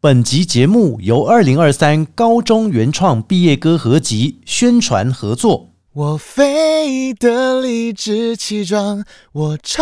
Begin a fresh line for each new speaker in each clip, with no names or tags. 本集节目由二零二三高中原创毕业歌合集宣传合作。
我飞得理直气壮，我唱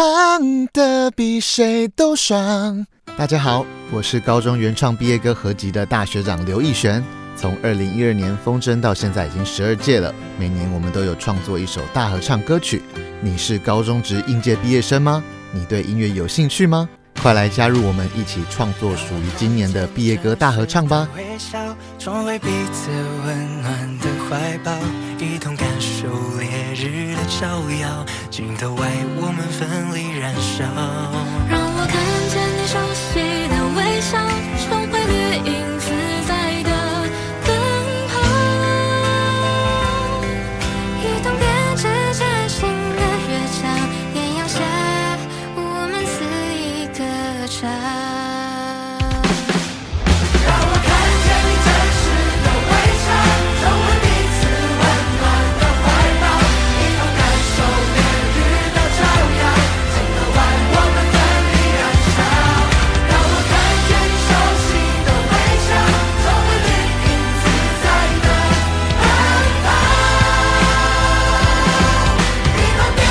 得比谁都爽。大家好，我是高中原创毕业歌合集的大学长刘奕璇。从二零一二年风筝到现在已经十二届了，每年我们都有创作一首大合唱歌曲。你是高中职应届毕业生吗？你对音乐有兴趣吗？快来加入我们一起创作属于今年的毕业歌大合唱吧！
微笑，成为彼此温暖的怀抱，一同感受烈日的照耀，镜头外我们奋力燃烧。
让我看见你熟悉的微笑，重回绿影自在的奔跑，一同编织崭新的乐章，艳阳下我们肆意歌唱。让我看见你真实的微笑，重温彼此温暖的怀抱，一同感受烈日的照耀，镜头外我们奋力燃烧。让我看见你熟悉的微笑，重温绿影自在的奔跑，一同编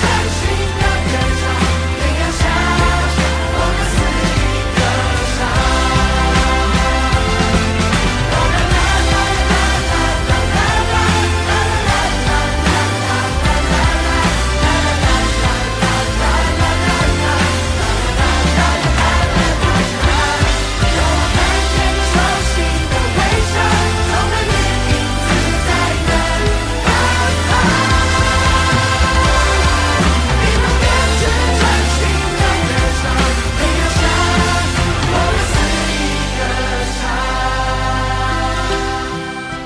织崭新的乐章，艳阳下我们肆意歌唱。熟悉的微笑，重温绿影自在的奔跑，一同编织崭新的乐章，艳阳下我们肆意歌唱。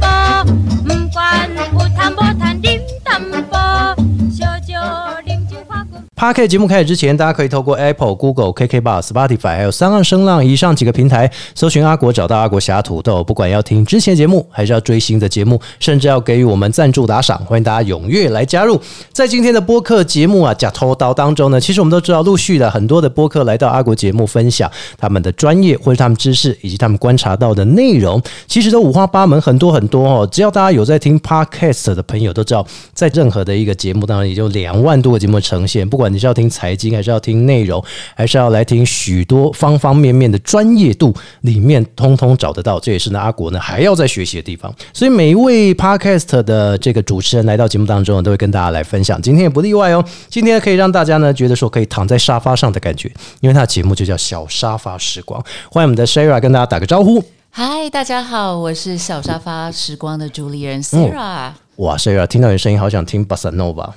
bò
嗯
mừng quan u tham bò than điểm tâm bò cho cho điểm chữ hoa cùng
p a r k 节目开始之前，大家可以透过 Apple、Google、KKBox、Spotify 还有三岸声浪以上几个平台搜寻阿国，找到阿国侠土豆。不管要听之前节目，还是要追新的节目，甚至要给予我们赞助打赏，欢迎大家踊跃来加入。在今天的播客节目啊，假偷刀当中呢，其实我们都知道，陆续的很多的播客来到阿国节目分享他们的专业或者他们知识以及他们观察到的内容，其实都五花八门，很多很多哦。只要大家有在听 Podcast 的朋友都知道，在任何的一个节目当中，也就两万多个节目的呈现，不管你是要听财经，还是要听内容，还是要来听许多方方面面的专业度，里面通通找得到。这也是呢阿国呢还要在学习的地方。所以每一位 Podcast 的这个主持人来到节目当中，都会跟大家来分享，今天也不例外哦。今天可以让大家呢觉得说可以躺在沙发上的感觉，因为他的节目就叫小沙发时光。欢迎我们的 Shara 跟大家打个招呼。
嗨，大家好，我是小沙发时光的主理人
哦
Sarah。
哇，Shara，听到你的声音好想听 Bossa Nova，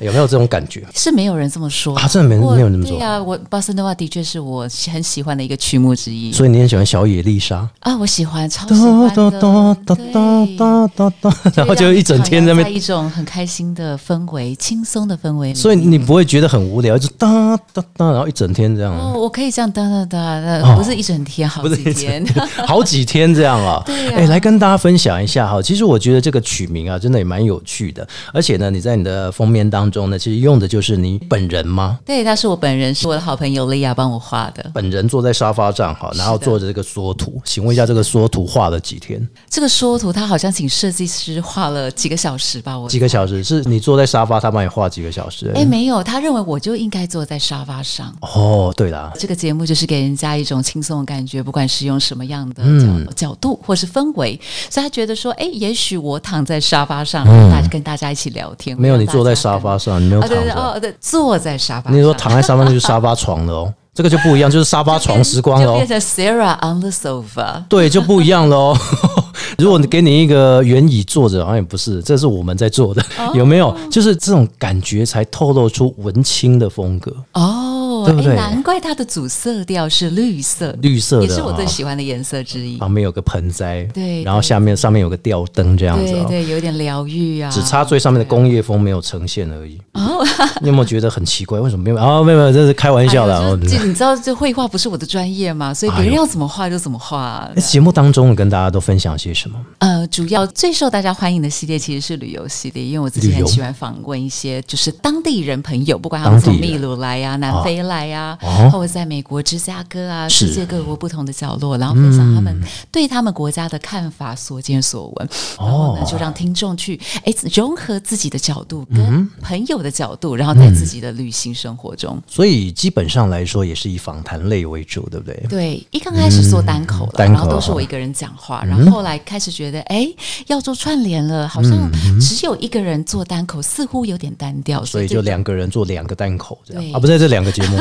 有没有这种感觉？
是没有人这么说
啊真的没人
我
没有人这么说
对啊，我 Bossa Nova 的确是我很喜欢的一个曲目之一
所以你很喜欢小野丽莎，
啊，我喜欢，超喜欢的。对
哒哒， 然后就一整天在
在
那
在
边，
一种很开心的氛围、轻松的氛围里。
所以你不会觉得很无聊，就哒哒哒，然后一整天这
哦，
样，
我可以这样哒哒哒，
哦
那不是一整天，好
不是
几天。
好几天这样啊。
对啊
哎，来跟大家分享一下哈，其实我觉得这个取名啊，真的也蛮有趣的，而且呢，你在你的封面当中呢，其实用的就是你本人吗？
对，他是我本人，是我的好朋友莉亚帮我画的。
本人坐在沙发上哈，然后
是的
做着这个缩图，请问一下这个缩图画了几天？
这个缩图，他好像请设计师画了几个小时吧？我
几个小时？是你坐在沙发，他帮你画几个小时？
哎，没有，他认为我就应该坐在沙发上。
哦，对啦，
这个节目就是给人家一种轻松的感觉，不管是用什么样的角、
嗯
角度或是氛围，所以他觉得说，哎，也许我躺在沙发上，跟大跟大家一起聊天。
嗯没有
让
你
大
坐在
家
沙
跟
发上，你没有
啊，
躺
对对
着。
哦，对，坐在沙发上。
你说躺在沙发上就是沙发床了哦，这个就不一样，就是沙发床时光了
就
哦
变，成 Sarah on the sofa。
对，就不一样了哦。 如果你给你一个圆椅坐着，好像哎也不是，这是我们在
哦
做的，有没有？就是这种感觉才透露出文青的风格。
哦，
对不
哎
对
难怪它的主色调是绿色，
绿色的
也是我最
哦
喜欢的颜色之一。
旁边有个盆栽，
对
然后
对
下面上面有个吊灯这样子
对
哦，
对，有点疗愈啊。
只差最上面的工业风没有呈现而已。
哦
你有没有觉得很奇怪？为什么没有？哦，没有没有，这是开玩笑的。
哎
哦
呦就是这你知道，这绘画不是我的专业 嘛，所以
哎
别人要怎么画就怎么画。
那哎节目当中，你跟大家都分享些什么？
呃，主要最受大家欢迎的系列其实是旅游系列，因为我自己
旅游
很喜欢访问一些就是当地人朋友，不管他们
当
从
地人啊
秘鲁来呀、南非来呀、
哦
或者在美国芝加哥啊，
是嗯
世界各国不同的角落，然后分享他们对他们国家的看法、所见所闻，
哦
然后呢，就让听众去哎融合自己的角度
嗯
跟朋友的角度，然后在自己的旅行生活中。
所以基本上来说，也是以访谈类为主，对不 对？
对，一刚开始做单口了，
嗯单口嗯
然后都是我一个人讲话，然后后来开始觉得，哎，要做串联了，好
嗯
像只有一个人做单口，似乎有点单调，
所以
这
就
种
两个人做两个单口这样
对
啊，不对，这两个节 目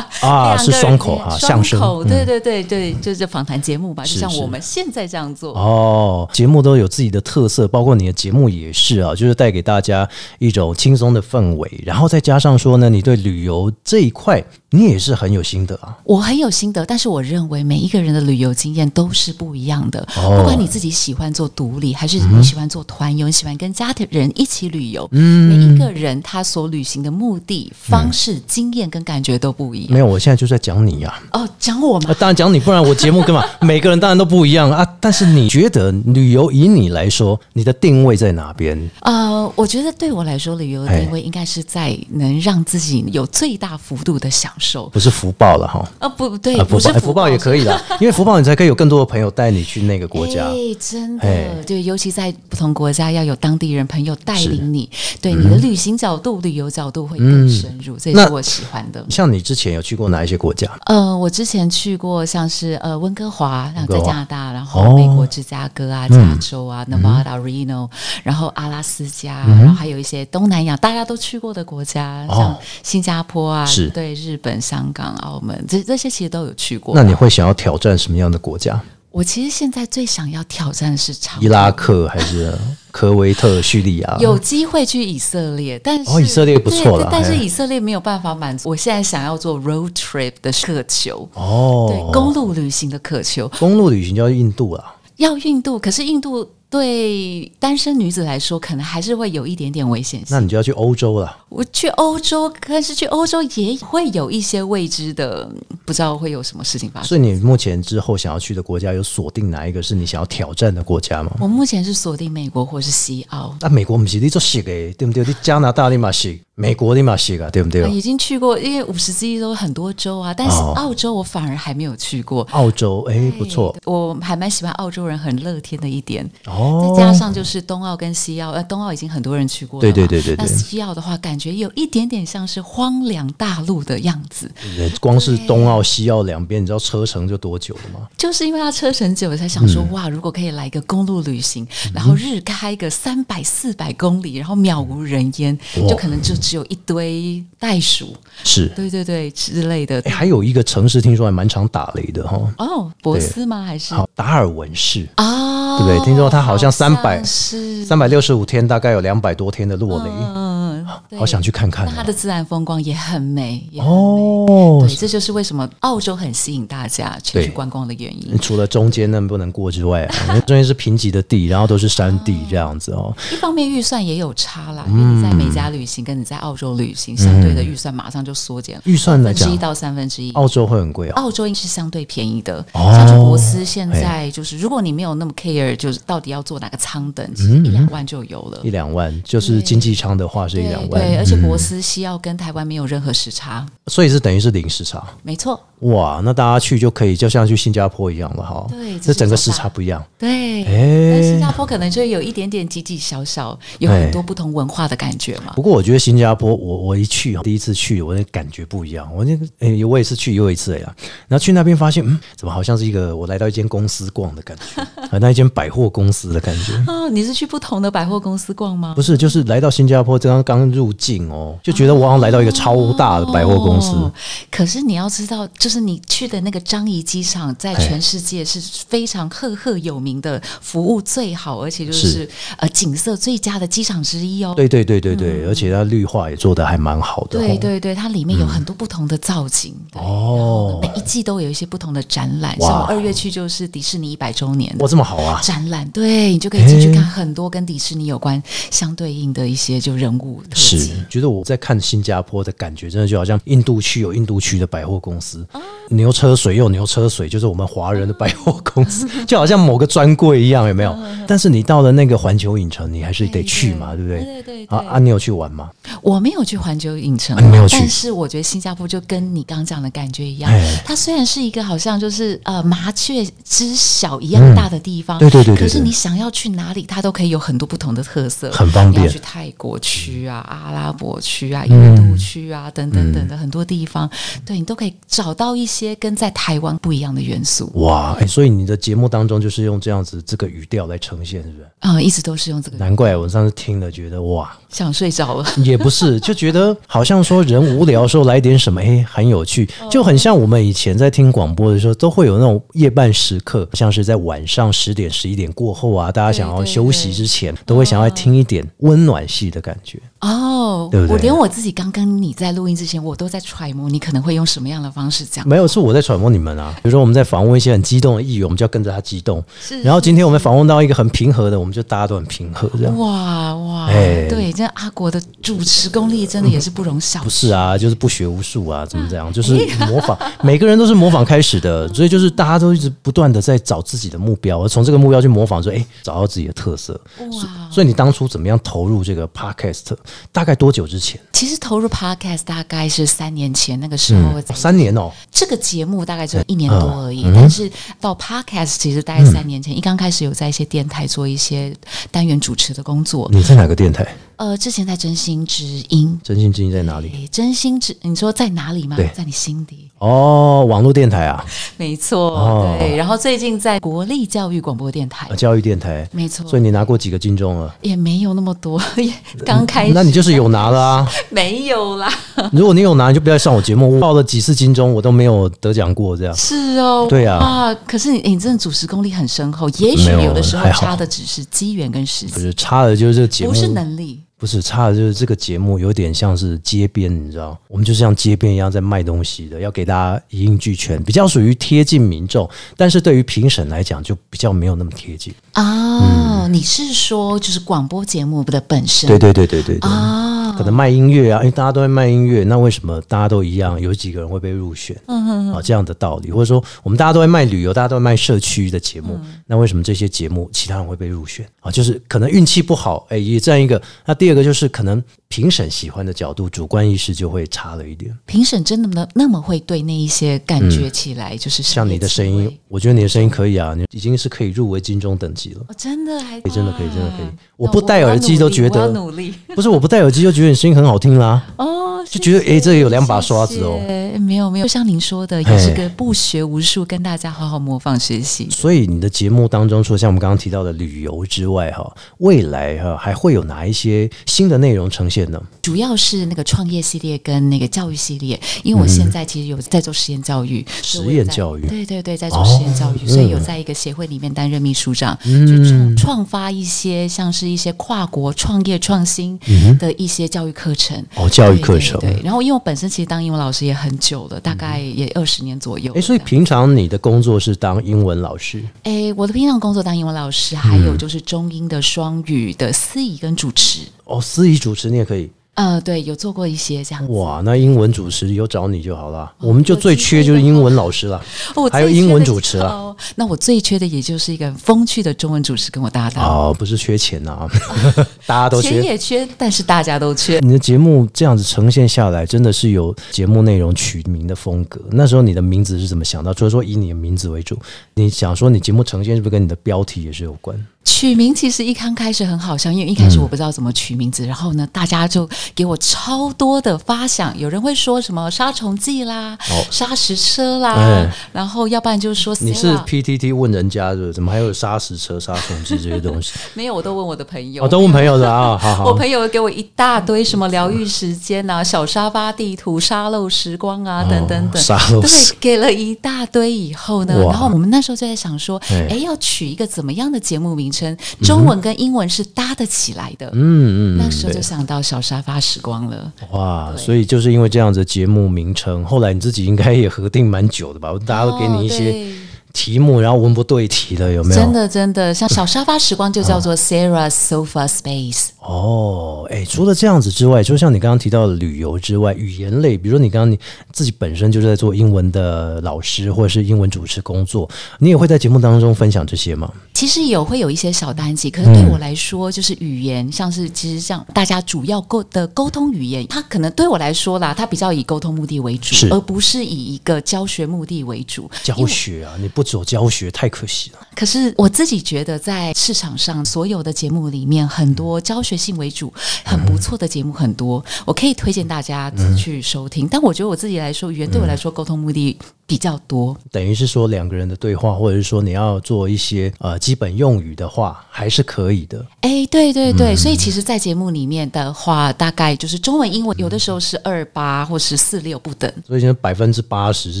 啊
两个
是
人
双口啊，相
双
声
口，
嗯
对对对对，就是访谈节目吧，
是
就像
是
我们现在这样做。
哦，节目都有自己的特色，包括你的节目也是啊，就是带给大家一种轻松的氛围，然后再加上说呢，你对旅游这一块你也是很有心得啊，
我很有心得，但是我认为每一个人的旅游经验都是不一样的。
哦
不管你自己喜欢做独立，还是你喜欢做团游，你喜欢跟家庭人一起旅游，
嗯
每一个人他所旅行的目的、方式、经验跟感觉都不一样。
没有，我现在就在讲你呀、
哦，讲我吗
啊，？当然讲你，不然我节目干嘛？ 每个人当然都不一样啊，但是你觉得旅游以你来说，你的定位在哪边？
呃，我觉得对我来说，旅游
哎
的定位应该是在能让自己有最大幅度的享受。
不是福报了哈。
啊，不对，
啊，
不
福
是
报，哎福报也可
以。
以啦， 因为福报你才可以有更多的朋友带你去那个国家。
哎，真
哎
的，对，尤其在不同国家，要有当地人朋友带领你，对你的旅行角度、旅游角度会更深入，这
嗯
也
那
是我喜欢的。
像你之前有去过哪一些国家？
呃，我之前去过像是呃温哥华，然后
温
在
哥华
加拿大，然
哦嗯
后美国芝加哥啊、加州啊、Nevada、Reno，然后阿拉斯加，然后还有一些东南亚大家都去过的国家，
嗯哦
像新加坡啊
是，
对，日本、香港、澳门，这这些其实都有去过。
那你会想要挑战什么样的国家？
我其实现在最想要挑战的是长
伊拉克还是科威特、叙利亚？
有机会去以色列，但是、
哦以色列不错了
对但是
哎
以色列没有办法满足我现在想要做 road trip 的渴求，
哦，
对公路旅行的渴求。
公路旅行叫印度啦。
要印度，可是印度对单身女子来说，可能还是会有一点点危险
那
性。
你就要去欧洲啦。
我去欧洲，但是去欧洲也会有一些未知的，不知道会有什么事情发生。
所以你目前之后想要去的国家，有锁定哪一个是你想要挑战的国家吗？
我目前是锁定美国或是西澳。
那、美国不是你做写的，对不对？你加拿大立马写，美国立马写啊，对不对？
呃已经去过，因为五十之一都很多州啊，但是
哦
澳洲我反而还没有去过。
澳洲，哎、不错
我还蛮喜欢澳洲人很乐天的一点，
哦。
再加上就是东澳跟西澳，呃，东澳已经很多人去过了
对
嘛，
对对对对
那西澳的话，感觉有一点点像是荒凉大陆的样子，
对光是东澳、西澳两边，你知道车程就多久了吗？
就是因为它车程久，我才想
嗯
说、哇，如果可以来一个公路旅行，然后日开个三百四百公里，然后渺无人烟，
哇
就可能就只有一堆袋鼠，
是，
对对对之类的
哎、。还有一个城市听说还蛮常打雷的哈、哦。
哦，博斯吗？还是
好，达尔文市。
啊？
对不对听说它好像300
是
三百六十五天，大概有两百多天的落雷，
嗯，对
好想去看看啊
那它的自然风光也很美，也很美
哦。
对，这就是为什么澳洲很吸引大家前
对
去观光的原因。
除了中间那不能过之外、啊， 因为中间是贫瘠的地，然后都是山地这样子哦。
一方面预算也有差啦，
嗯
因为你在美加旅行跟你在澳洲旅行，相对的预算马上就缩减了
预算来
分之
讲
一，到哦三分之一。
澳洲会很贵啊。
澳洲是相对便宜的，
哦哎
像去博斯现在就是，如果你没有那么 care，就是到底要坐哪个舱等，其实一两万就有了
一。两万，就是经济舱的话是嗯一
对
两
对，而
万，嗯
且博斯西澳跟台湾没有任何时差，
所以是等于是零时差。
没错，
哇，那大家去就可以就像去新加坡一样了哈。
对
这
这是
整个
一种
时
大
差不一样。
对。但新
哎
加，坡可能就有一点点挤挤小小，有很多不同文化的感觉嘛
不。过我觉得新加坡，我我一去第一次去，我那感觉不一样。我那个哎，我也是去又一次哎呀，然后去那边发现，嗯，怎么好像是一个我来到一间公司逛的感 觉，啊，那一间百货公司的感觉。
哦，你是去不同的百货公司逛吗
不？是，就是来到新加坡，刚刚入境哦，就觉得我好像来到一个超大的百货公司。
哦可是你要知道，就就是你去的那个樟宜机场，在
嘿
全世界是非常赫赫有名的，服务最好，而且就是
是
呃景色最佳的机场之一哦。
对对对对对，而且它绿化也做得还蛮好的哦，
对对对它里面有很多不同的造景，对
哦，
每一季都有一些不同的展览。
哇
像我二月去就是迪士尼一百周年
哇，这么好啊！
展览，对你就可以进去
嘿
看很多跟迪士尼有关相对应的一些就人物特
是
辑。，
觉得我在看新加坡的感觉，真的就好像印度区有印度区的百货公司，牛车水有牛车水，就是我们华人的百货公司，就好像某个专柜一样，有没有？但是你到了那个环球影城，你还是得去嘛，对不对？
对对对
啊啊，你有去玩吗？
我没有去环球影城、
啊你没有去
但是我觉得新加坡就跟你刚刚讲的感觉一样
哎，
它虽然是一个好像就是呃麻雀之小一样大的地方，
嗯对对对对
可是
对
你想要去哪里，它都可以有很多不同的特色，
很方
你
便
要去泰国区啊、阿拉伯区啊、印度区啊、等等等的很多地方，
嗯
对你都可以找到一些跟在台湾不一样的元素。
哇，哎，所以你的节目当中就是用这样子这个语调来呈现，是不是？
啊、一直都是用这个，
难怪我上次听了觉得哇，
想睡着 了。
也不是，就觉得好像说人无聊的时候来点什么，哎，很有趣，
嗯
就很像我们以前在听广播的时候，都会有那种夜半时刻，
嗯
像是在晚上十点、十一点过后啊，大家想要
对对
休息之前，都会想要听一点温暖系的感觉。
哦，
对不对
我连我自己刚跟你在录音之前，我都在揣摩你可能会用什么样的方式讲。
没有，是我在揣摩你们啊。比如说我们在访问一些很激动的艺人，我们就要跟着他激动。
是
然后今天我们访问到一个很平和的，我们就大家都很平和这样。
哇哇，
哎
对，这阿国的主持功力真的也是不容小觑。
不是啊，就是不学无术啊，怎么这样？
嗯
就是 模仿，每个人都是模仿开始的，所以就是大家都一直不断的在找自己的目标，从这个目标去模仿，说哎，找到自己的特色。
哇，
所以你当初怎么样投入这个 podcast？大概多久之前？
其实投入 podcast 大概是三年前那个时候，在
三年哦，
这个节目大概只有一年多而已，
嗯
但是到 podcast 其实大概三年前，一刚开始有在一些电台做一些单元主持的工作，
你在哪个电台？
呃，之前在真心之音，
真心之音在哪里？
诶真心之，你说在哪里吗
对？
在你心底。
哦，网络电台啊，
没错，
哦
对。然后最近在国立教育广播电台
呃，教育电台。
没错，
所以你拿过几个金钟了？
也没有那么多， 也刚开始
那你就是有拿了啊！
没有啦。
如果你有拿，你就不要上我节目。我报了几次金钟，我都没有得奖过，这样。
是哦，
对啊
哇可是你欸你真的主持功力很深厚，也许
没有
有的时候
还好
差的只是机缘跟时
不
机，
是差的就是这个节目
不是能力。
不是差的就是这个节目有点像是街边，你知道，我们就像街边一样在卖东西的，要给大家一应俱全，比较属于贴近民众，但是对于评审来讲就比较没有那么贴近。
哦，你是说就是广播节目的本身？
嗯对对对对对对。
啊，
可能卖音乐啊，因为大家都在卖音乐，那为什么大家都一样，有几个人会被入选？啊，这样的道理，或者说我们大家都在卖旅游，大家都在卖社区的节目，那为什么这些节目其他人会被入选？啊，就是可能运气不好，哎，也占一个。那第二个就是可能评审喜欢的角度，主观意识就会差了一点。
评审真的那那么会对那一些感觉起来就是
像你的声
商业
音
机，
我觉得你的声音可以啊，你已经是可以入围金钟等级了。
会，哦，真的还
可哎以真的可以真的可以
哇
我不戴耳机都觉得
我要努力
不是我不戴耳机就觉得你声音很好听啦，
我要努力哦，
就觉得
谢谢
诶这里有两把刷子哦哎
谢谢没有没有，就像您说的，也是个不学无术，跟大家好好模仿学习。
所以你的节目当中，除了像我们刚刚提到的旅游之外，哈，未来哈还会有哪一些新的内容呈现呢？
主要是那个创业系列跟那个教育系列，因为我现在其实有在做实验教育，所以我
嗯实验
有在
教育哦嗯
对对对，在做实验教育，所以有在一个协会里面担任秘书长，去创创发一些像是一些跨国创业创新的一些教育课程。
嗯哦，教育课程。嗯
对对对，然后因为我本身其实当英文老师也很久了，大概也二十年左右。
诶，所以
这样
平常你的工作是当英文老师，
诶，我的平常工作当英文老师，还有就是中英的双语的司仪跟主持。
哦，司仪主持你也可以，
呃，对，有做过一些这样子。
哇，那英文主持有找你就好啦。
哦
我们就最缺就是英文老师啦，
我最
还有英文
缺的
主持啊
哦那我最缺的也就是一个风趣的中文主持跟我搭档，
哦，不是缺钱呐、 大家都缺
钱。也缺，但是大家都缺。
你的节目这样子呈现下来，真的是有节目内容取名的风格。那时候你的名字是怎么想到？除了说以你的名字为主，你想说你节目呈现是不是跟你的标题也是有关？
取名其实一刚开始很好笑，因为一开始
嗯
我不知道怎么取名字，然后呢，大家就给我超多的发想，有人会说什么杀虫剂啦、
哦
砂石车啦，
哎
然后要不然就是说
你是
Sarah
PTT 问人家的，怎么还有砂石车、杀虫剂这些东西？
没有，我都问我的朋友，
哦，都问朋友的啊，好好。
我朋友给我一大堆什么疗愈时间啊、小沙发地图、沙漏时光
哦
啊，等等等。
沙漏时
对，给了一大堆以后呢，
哇
然后我们那时候就在想说，
哎
哎，要取一个怎么样的节目名称，中文跟英文是搭得起来的。
嗯嗯，嗯
那时候
对
就想到小沙发时光了，
哇，所以就是因为这样子的节目名称，后来你自己应该也核定蛮久的吧？大家会给你一
哦
些
对
题目，然后文不对题的，有没有？啊
真的真的，像小沙发时光就叫做 Sarah Sofa Space。
哦，哎，除了这样子之外，就像你刚刚提到的旅游之外，语言类，比如说你刚刚你自己本身就是在做英文的老师或者是英文主持工作，你也会在节目当中分享这些吗？
其实有会有一些小单词，可是
嗯
对我来说，就是语言，像是其实像大家主要沟的沟通语言，它可能对我来说啦，它比较以沟通目的为主
是，
而不是以一个教学目的为主。
教学啊，你不走教学太可惜了。
可是我自己觉得，在市场上所有的节目里面，很多教学性为主、很不错的节目很多，我可以推荐大家去收听。但我觉得我自己来说，语言对我来说沟通目的比较多。
等于是说两个人的对话，或者是说你要做一些呃基本用语的话，还是可以的。
哎，对对
嗯
对，所以其实，在节目里面的话，大概就是中文、英文，有的时候是二八或是四六不等，
所以现在百分之八十是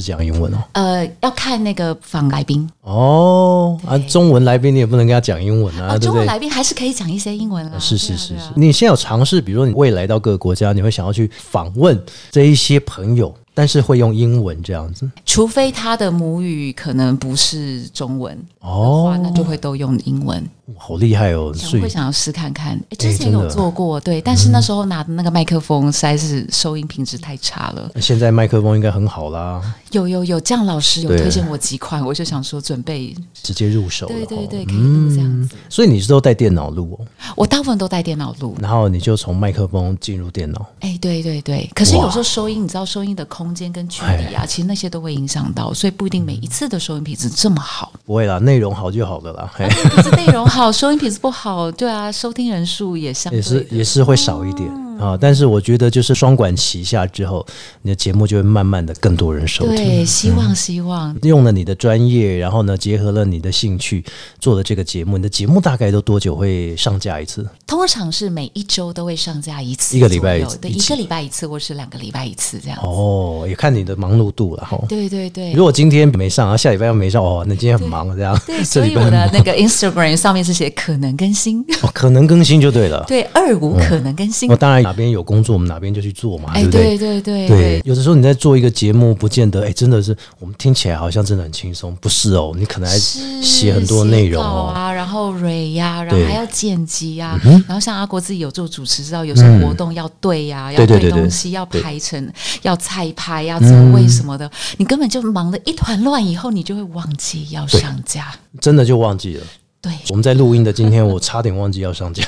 讲英文哦。
呃，要看那个访来宾。
哦啊，中文来宾你也不能跟他讲英文啊，
哦，
对
中
不
文
对？
来宾还是可以讲一些英文啦。
是
对
是
啊
是
对
是
啊，
你现在有尝试，比如说你未来到各个国家，你会想要去访问这一些朋友，但是会用英文这样子
除非他的母语可能不是中文的
哦
话，，那就会都用英文。
哇好厉害哦！
想
所以
会想要试看看，哎，
哎
之前
真的
有做过，对，但是那时候拿的那个麦克风实在是收音品质太差了。
现在麦克风应该很好 啦，
有有有，酱老师有
对
推荐我几款，我就想说准备，
直接入手了、哦。
对对对，可以录这样子。
所以你是都带电脑录哦，
我大部分都带电脑录，
然后你就从麦克风进入电脑。
哎，对对对，可是
哇哎
有时候收音，你知道收音的空间跟距离啊，其实那些都会影响到，所以不一定每
嗯
一次的收音品质这么好。
不会啦，内容好就好了啦，嘿，
可是内容好，收音品质不好，对啊，收听人数也相对
也是
的哦
也是会少一点啊。但是我觉得就是双管齐下之后，你的节目就会慢慢的更多人收听。
对，希望希望。
用了你的专业，然后呢，结合了你的兴趣，做了这个节目。你的节目大概都多久会上架一次？
通常是每一周都会上架一次左
一
右，
个礼拜一次
对，
一
一
集
个礼拜一次，或是两个礼拜一次这样子。
哦，也看你的忙碌度了哈。吼
对对对
如。果今天没上，然后下礼拜又没上，哦，那今天很忙这样。
对，
这
所
礼
以
拜
我
很
的
忙
那个 Instagram 上面是写可能更 新，
哦可能更新就对了。
对，二五可能更新
嗯我、，当然哪边有工作，我们哪边就去做嘛，
哎，
不
对对对
对，，有的时候你在做一个节目，不见得哎，真的是我们听起来好像真的很轻松，不是哦，你可能还
是
写很多内容
写稿
哦。
啊，然后蕊呀、然后
对嗯
还要剪辑啊，然后像阿国自己有做主持，知道有时候活动要对呀、
对对
要对
对对
东西，要
对嗯
排成，要彩排啊呀、座位什么的，你根本就忙得一团乱，以后你就会忘记要上架。
真的就忘记了。
对，
我们在录音的今天，我差点忘记要上架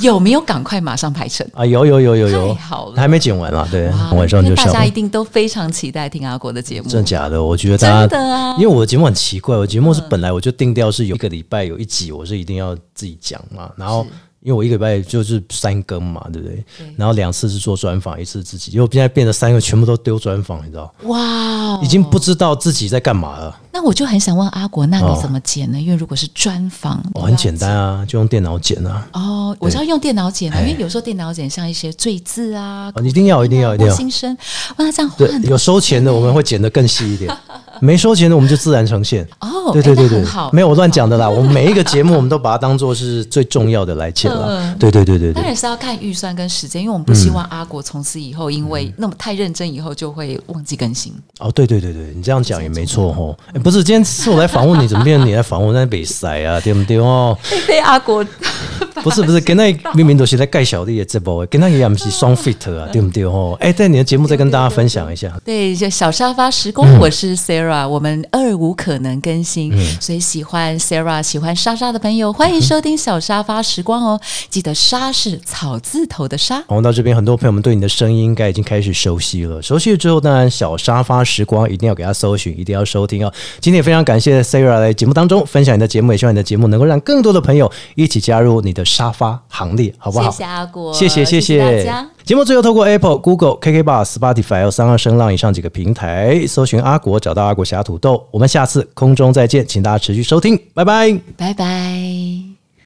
有没有赶快马上排成？
啊！有有有有有，
太好了
还没剪完啊，对，
哇
晚上就
那大
上
家。一定都非常期待听阿国的节目。
真的假的？我觉得大
真的
家
啊，
因
嗯
为我的节目很奇怪，我节目是本来我就定调是有一个礼拜有一集，我是一定要自己讲嘛。然后因为我一个礼拜就是三更嘛，对不对？然后两次是做专访，一次自己，结果现在变得三个全部都丢专访，你知道，
哇哦，
已经不知道自己在干嘛了。
那我就很想问阿国，那
哦
你怎么剪呢？因为如果是专访，
哦，很简单啊，就用电脑剪啊。
哦，我是要用电脑剪的，
哎
因为有时候电脑剪像一些赘字啊，
哦一定要一定要一定要
或新生，哇，那这样花
对
很，多
有收钱的我们会剪得更细一 点，没收钱的我们就自然呈现。
哦，
对对
哎
对
那
对
很，好，哦
没有我乱讲的啦。我们每一个节目，我们都把它当做是最重要的来剪啦。
嗯
对对对对
当
对，
然是要看预算跟时间，因为我们不希望阿国从此以
嗯
后因为那么太认真，以后就会忘记更 新。
哦，对对对对，你这样讲也没错哦。哎不 是，今天是我来访问你，怎么变成你来访问？那北塞啊，对不对哦？
被阿国
不是不是，跟那明明都是在盖小弟的直播，跟那也不是双 fit
嗯
啊，对不对哦？哎，在你的节目再跟大家分享一下，
对，就小沙发时光，
嗯
我是 Sarah，、我们二五可能更新，所以喜欢 Sarah、喜欢莎莎的朋友，欢迎收听小沙发时光哦。记得“沙”是草字头的“沙
访问到这边，很多朋友们对你的声音应该已经开始熟悉了。熟悉了之后，当然小沙发时光一定要给他搜寻，一定要收听哦。今天也非常感谢 Sarah 来节目当中分享你的节目，也希望你的节目能够让更多的朋友一起加入你的沙发行列，好”。不好？
谢谢阿果，
谢谢谢
谢
谢
大家。
节目最后透过 Apple、Google、KK Bar、Spotify、L 三二声浪以上几个平台搜寻阿国，找到阿国侠土豆。我们下次空中再见，请大家持续收听，拜拜。
拜拜。